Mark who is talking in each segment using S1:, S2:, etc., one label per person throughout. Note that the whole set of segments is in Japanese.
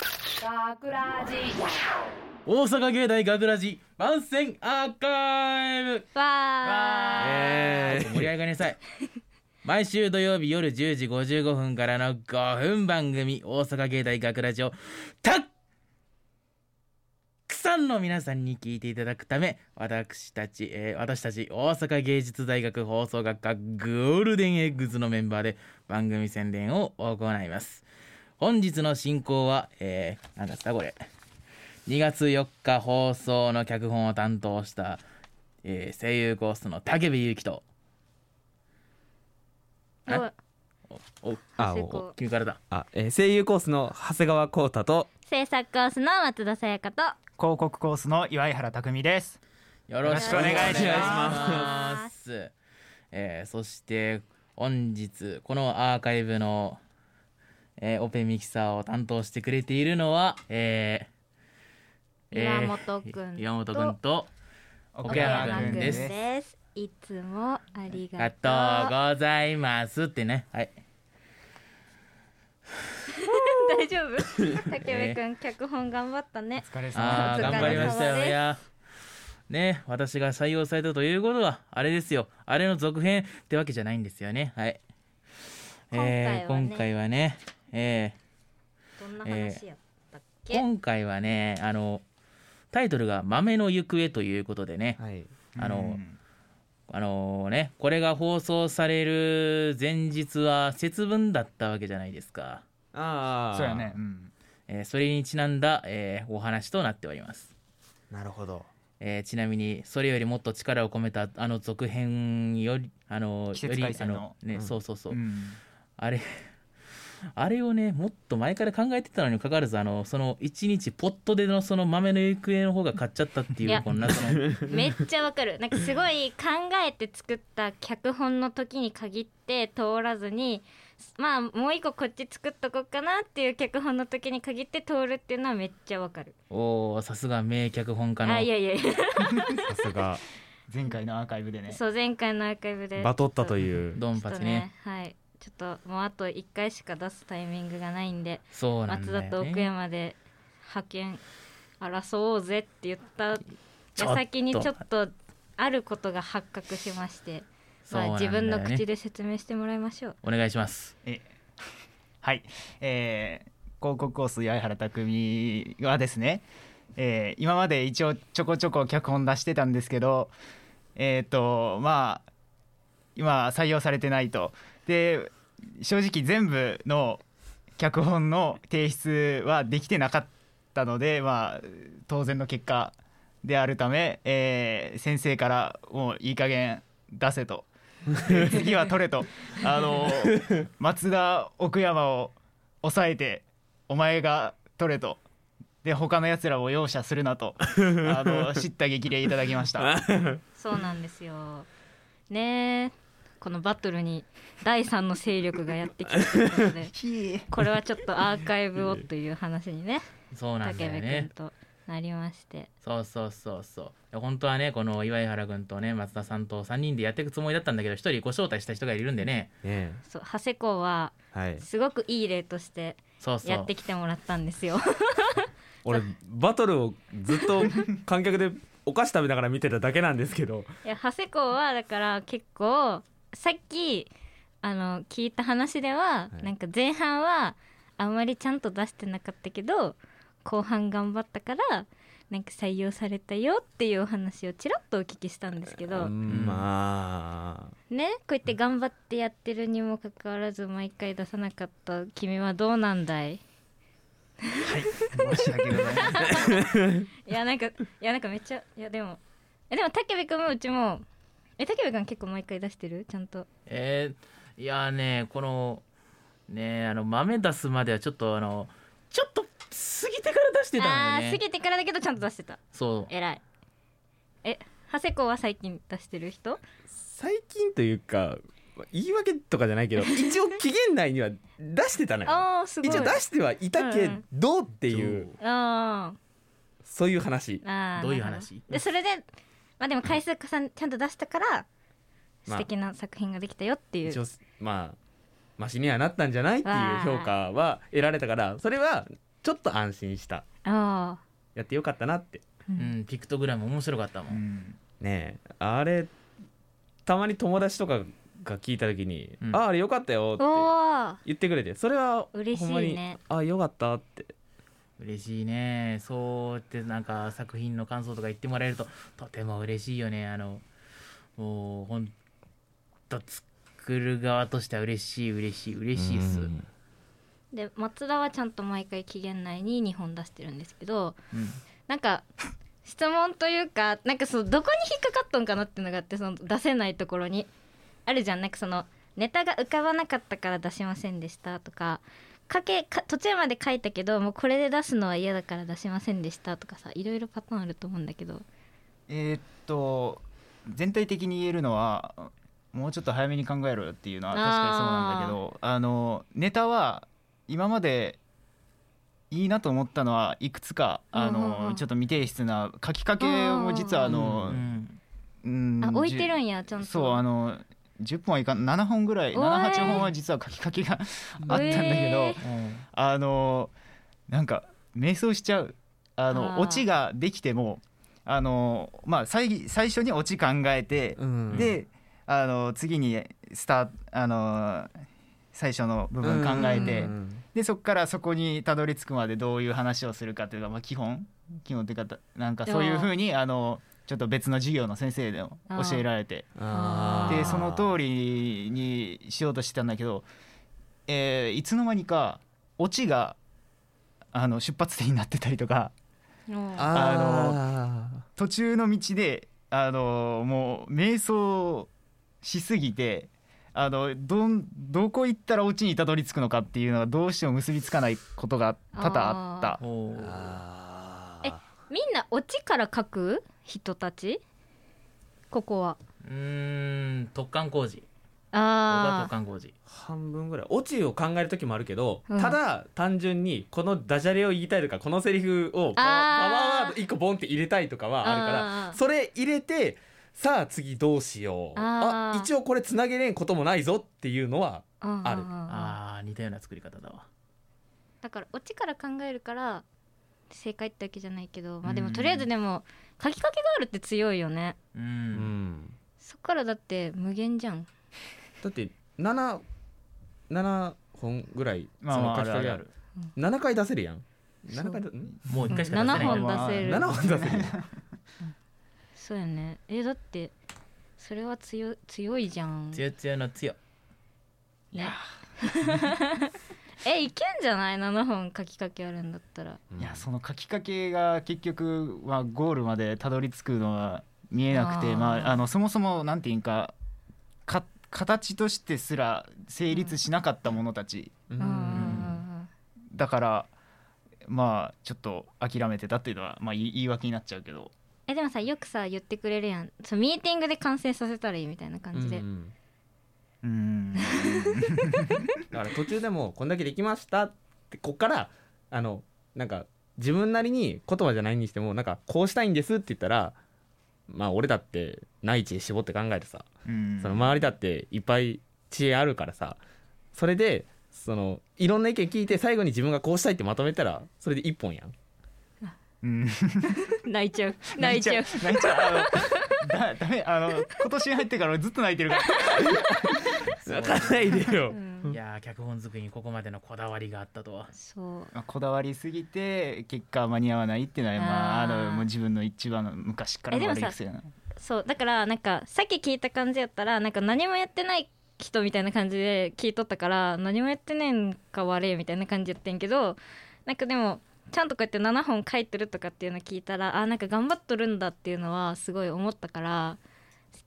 S1: 学ラジ
S2: 大阪芸大学ラジ番宣アーカイブ
S3: わー
S2: えー、盛り上がりな さい毎週土曜日夜10時55分からの5分番組大阪芸大学ラジオたっくさんの皆さんに聞いていただくため私たち、えー私たち大阪芸術大学放送学科ゴールデンエッグズのメンバーで番組宣伝を行います本日の進行は、えー、何だったこれ2月4日放送の脚本を担当した、えー声優コースの武部勇樹とえ
S3: お
S2: お
S4: あ
S3: 成
S4: お
S3: 功
S2: 君からだ
S4: あ、えー声優コースの長谷川浩太と
S3: 制作コースの松田さやかと
S5: 広告コースの岩井原匠です
S2: よろしくお願いし
S5: よろしくお願い
S2: ま。
S5: し
S3: ます
S2: えーそして本日このアーカイブの、えーオペミキサーを担当してくれているのは、えーえー
S3: 岩本くんと
S2: 岩本君と奥山君です。
S3: 奥山すいつもあり
S2: あり
S3: がとう
S2: がとうございますってね。はい。
S3: 大丈 夫竹部くん、脚本頑張った
S5: お
S3: ね
S5: 疲れ様
S2: ああ
S3: お疲れ様
S2: 頑張りました
S3: で
S2: よ。
S3: す
S2: いや。ね、私が採用されたということはあれですよあれの続編ってわけじゃないんですよねはいえー今
S3: 今
S2: 回
S3: 回
S2: はねえ
S3: どんな
S2: え
S3: 話やったっ
S2: ー
S3: け、
S2: 今回はねあのタイトルが「豆の行方」ということでね
S4: はい
S2: あ
S5: う
S2: の
S5: ん
S2: あのねこれが放送される前日は節分だったわけじゃないですか、
S4: ああ
S5: そうやねうん
S2: えーそれにちなんだ、えーお話となっております
S4: なるほど
S2: えーちなみにそれよりもっと力を込めたあの続編よりあの
S5: 季節回
S2: よ
S5: 線
S2: り
S5: の
S2: あのね、
S4: うん
S2: そうそうそう、
S5: うん
S2: あれ あれをねもっと前から考えてたのにもかかわらずあのその一日ポットでのその豆の行方の方が買っちゃったってい
S3: いうや
S2: こんなそ の
S3: めっちゃわかるなんかすごい考えて作った脚本の時に限って通らずにまあもう一個こっち作っとこうかなっていう脚本の時に限って通るっていうのはめっちゃわかる
S2: おおさすが名脚本家の
S3: あいやいやい
S4: さすが
S5: 前回のアーカイブで
S3: や
S5: ね
S3: そう前回のアーカイブで
S4: バトったと
S3: う
S4: いう
S2: ドン
S3: ちょ
S2: パ
S3: っと
S2: チね
S3: ねはいちょっともうあと1回しか出すタイミングがないんで
S2: そうなん
S3: 松
S2: だ
S3: 田
S2: よ、ね、
S3: と奥山で派遣争おうぜって言った
S2: ちょっと
S3: 矢先にちょっとあることが発覚しまして、
S2: そう
S3: ま
S2: な
S3: あ
S2: んだ
S3: 自
S2: よね
S3: 分の口で説明してもらいましょう
S2: お願いします
S5: えはい、えー広告コース八重原匠はですね、えー今まで一応ちょこちょこ脚本出してたんですけどえっ、とまあ今採用されてないとで正直全部の脚本の提出はできてなかったのでまあ当然の結果であるため、えー先生からもういい加減出せとで次は取れとあの松田奥山を抑えてお前が取れとで他のやつらを容赦するなとあの叱咤激励いただきました
S3: そうなんですよねえこのバトルに第三の勢力がやってきてたの でこれはちょっとアーカイブをという話にね
S2: そうなんだ
S3: 武
S2: よ
S3: 部
S2: ね
S3: 君となりまして
S2: そうそうそうそう本当はねこの岩井原君とね松田さんと3人でやっていくつもりだったんだけど1人ご招待した人がいるんでね
S4: ね
S3: そう長谷子は
S4: はい
S3: すごくいい例として
S2: そうそう
S3: やってきてもらったんですよ。
S4: 俺バトルをずっと観客でお菓子食べながら見てただけなんですけど
S3: いや長谷子はだから結構さっきあの聞いた話では、
S4: はい
S3: なんか前半はあんまりちゃんと出してなかったけど後半頑張ったからなんか採用されたよっていうお話をちらっとお聞きしたんですけど、
S4: うんまあ
S3: ねこうやって頑張ってやってるにもかかわらず毎回出さなかった君はどうなんだい
S5: 申し訳ございません
S3: いやなんかいやなんかめっちゃいやでもえでも武部君もうちもえ武部君結構毎回出してるちゃんと
S2: えー、いやーねこのねあの豆出すまではちょっとあのちょっと過ぎてから出してた
S3: あ
S2: んだ
S3: あ
S2: よ
S3: 過
S2: ね
S3: ぎてからだけどちゃんと出してた
S2: そう
S3: 偉いえ長谷子は最近出してる人
S4: 最近というかまあ言い訳とかじゃないけど一応期限内には出してたのよ
S3: ああすごい
S4: 一応出してはいたけどっていう
S3: あ
S4: そういう話
S3: ーあー
S2: どういう
S3: なるほ
S2: 話
S3: でそれでまあでも回数重ねちゃんと出したから
S4: ま
S3: 素
S4: あ
S3: 敵な作品ができたよっていう、
S4: 一応まあマシにはなったんじゃないっていう評価は得られたからそれはちょっと安心した
S3: あ
S4: やってよかったなって
S3: ーうん
S2: うん、ピクトグラム面白かったも、
S5: うんん
S4: ねえあれたまに友達とかが聞いた時に「
S2: うん
S4: あああれよかったよ」って
S3: おお
S4: 言ってくれてそれは
S3: 嬉しいね
S4: ほんまにあよかった」って
S2: 嬉しいねそうってなんか作品の感想とか言ってもらえるととても嬉しいよねあのもうほんと作る側としては嬉しい嬉しい嬉しいっす
S4: うん
S3: で松田はちゃんと毎回期限内に2本出してるんですけど
S2: うん
S3: なんか質問というかなんかそのどこに引っかかっとんかなっていうのがあってその出せないところにあるじゃんなんかそのネタが浮かばなかったから出しませんでしたとかかけか途中まで書いたけどもうこれで出すのは嫌だから出しませんでしたとかさいろいろパターンあると思うんだけど
S5: えーっと全体的に言えるのはもうちょっと早めに考えろよっていうのは確かにそうなんだけどあのネタは今までいいなと思ったのはいくつかあ
S3: うんうんう
S5: の
S3: ん
S5: ちょっと未定室な書きかけも実はあ
S2: う
S5: の
S2: ん
S5: うん
S3: あ置いてる
S5: じ
S3: んやちゃん
S5: ゅ
S3: と
S5: そうあの10本はいかん7本ぐらい
S3: おーい
S5: 78本は実は書きかけ があったんだけ
S3: え
S5: ど
S3: ー
S2: うん
S5: あのなんか迷走しちゃうあの
S3: あー
S5: オチができてもあのまあ最最初にオチ考えて、
S4: うん
S5: であの次にスターあの最初の部分考えて、
S4: うん
S5: でそこからそこにたどり着くまでどういう話をするかというか、まあ、基本基本というかなんかそういうふうにあのちょっと別の授業の先生でも教えられて
S4: あー
S5: でその通りにしようとしてたんだけど、えーいつの間にかオチがあの出発点になってたりとか
S3: うん
S4: あの
S5: 途中の道であのもう迷走しすぎてあのどんどこ行ったらオチにたどり着くのかっていうのがどうしても結びつかないことが多々あった。
S2: おー
S4: あ
S3: えみんなオチから書く人たちここは
S2: うーん突貫工事
S3: あ
S2: 突
S3: あ
S2: 貫工事
S4: 半分ぐらいオチを考える時もあるけど、
S3: うん
S4: ただ単純にこのダジャレを言いたいとかこのセリフをパワーパワーワード1個ボンって入れたいとかはあるか
S3: あ
S4: ら
S3: ー
S4: それ入れてさあ次どうしよう
S3: あ
S4: あ
S3: ー
S4: 一応これつなげれんこともないぞっていうのは
S3: あ
S4: ある
S2: あー似たような作り方だわ
S3: だからオチから考えるから正解ってわけじゃないけどまあで
S2: う
S3: も
S2: ん
S3: とりあえずでも書きかけがあるって強いよね
S2: うん、
S4: うん
S3: そっからだって無限じゃん
S4: だって7七本ぐらい
S5: まあまあ
S4: その
S5: ある
S4: 書
S5: あ
S4: き
S5: る
S4: 上
S5: あ
S4: げ
S5: る
S4: 7回出せるやん
S3: そう
S4: 7回だん
S2: もう一回しか出せな
S3: 7
S2: い
S5: うん
S3: 本出せる
S4: 7本出せる
S3: そうよねえだってそれは強い強いじゃん
S2: つよつよのつよ
S5: いや
S3: えいけんじゃない7本書きかけあるんだったら
S5: いやその書きかけが結局、まあ、ゴールまでたどり着くのは見えなくて
S3: あー
S5: まあ、あのそもそもなんていうんかか形としてすら成立しなかったものたち、
S4: う
S3: うん
S4: ん
S5: だからまあちょっと諦めてたっていうのは、まあ、言い言い訳になっちゃうけど
S3: えでもさよくさ言ってくれるやんそうミーティングで完成させたらいいみたいな感じで、
S4: うん
S5: うーん
S4: だから途中でもこんだけできましたってこっからあのなんか自分なりに言葉じゃないにしてもなんかこうしたいんですって言ったらまあ俺だってない知恵絞って考えてさ
S5: うん
S4: その周りだっていっぱい知恵あるからさそれでそのいろんな意見聞いて最後に自分がこうしたいってまとめたらそれで一本やん
S5: うん
S3: 泣いちゃう泣いちゃう
S5: 泣いちゃうあのだダメあの今年入ってから俺ずっと泣いてるから
S4: 泣か ないでよ
S3: うん
S2: いやー脚本作りにここまでのこだわりがあったとは
S3: そう
S5: まあこだわりすぎて結果間に合わないっていうのはまあ
S3: あー
S5: あのもう自分の一番の昔からの
S3: えでも
S5: 悪い
S3: さ
S5: 癖やな
S3: そうだからなんかさっき聞いた感じやったらなんか何もやってない人みたいな感じで聞いとったから何もやってねえんか悪いみたいな感じやってんけどなんかでもちゃんとこうやって7本書いてるとかっていうの聞いたらあなんか頑張っとるんだっていうのはすごい思ったから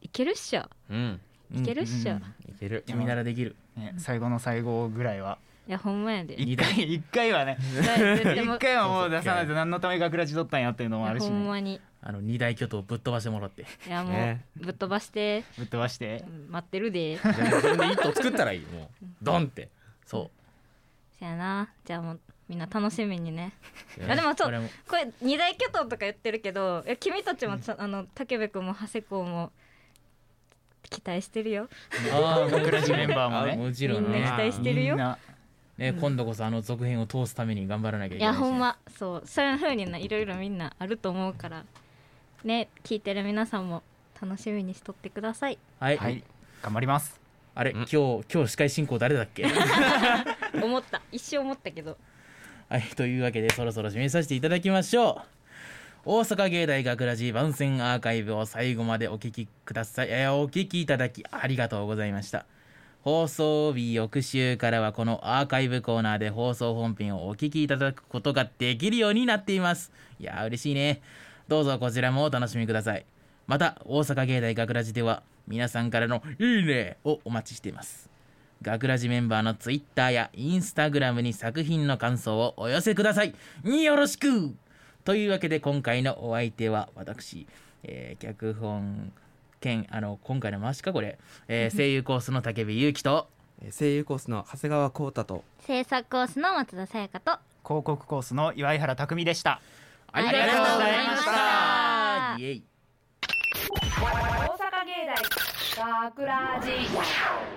S3: いけるっしょ
S4: うん
S3: いけるっしょ、
S5: うん
S3: い
S4: いける
S2: 君ならできる
S5: ね最後の最後ぐらいは
S3: やほんまやで
S5: 一回一回はね
S3: でも
S5: 一回はもう出さないと何のため学ラジ取ったんやっていうのもある
S3: ほ
S5: し
S3: ん
S5: ね
S3: まに
S2: あの二大巨頭ぶっ飛ばしてもらって
S3: いやもう、
S4: ね
S3: ぶっ飛ばして
S5: ぶっ飛ばして
S3: 待ってるで
S4: じゃあ自分で一頭作ったらいいもうドンって
S2: そ
S3: そやなじゃあもうみんな楽しみにね
S4: い
S3: いやでも
S2: う
S3: そう
S2: これも
S3: これ二大巨頭とか言ってるけどいや君たちもさあの武部君も長谷君も期待してるよ
S4: あ
S5: 学ラジメンバーもね
S2: もちろん
S3: みん
S2: ね
S3: な期待してるよ
S5: みんな
S2: ね、今度こそあの続編を通すために頑張らなきゃい
S3: い
S2: けないし
S3: やほんまそうそういうふうにないろいろみんなあると思うからね聞いてる皆さんも楽しみにしとってください
S2: はい、
S5: はい頑張ります
S2: あれ
S4: ん
S2: 今日今日司会進行誰だっけは
S3: 思った一瞬思ったけど
S2: いというわけでそろそろ締めさせていただきましょう大阪芸大学ラジ番宣アーカイブを最後までお聞きください、えーお聞きいただきありがとうございました放送日翌週からはこのアーカイブコーナーで放送本編をお聞きいただくことができるようになっていますいやー嬉しいねどうぞこちらもお楽しみくださいまた大阪芸大学ラジでは皆さんからの「いいね」をお待ちしています学ラジメンバーのツイッターやインスタグラムに作品の感想をお寄せくださいよろしくというわけで今回のお相手は私、えー脚本兼あの今回の回しかこれ、えー 声優コースの竹部祐希と
S1: えー声優コースの長谷川浩太と
S3: 制作コースの松田さやかと
S5: 広告コースの岩井原匠でした
S2: あ
S3: り
S5: がとうございました
S2: イエイ
S6: 大阪芸大学ラジ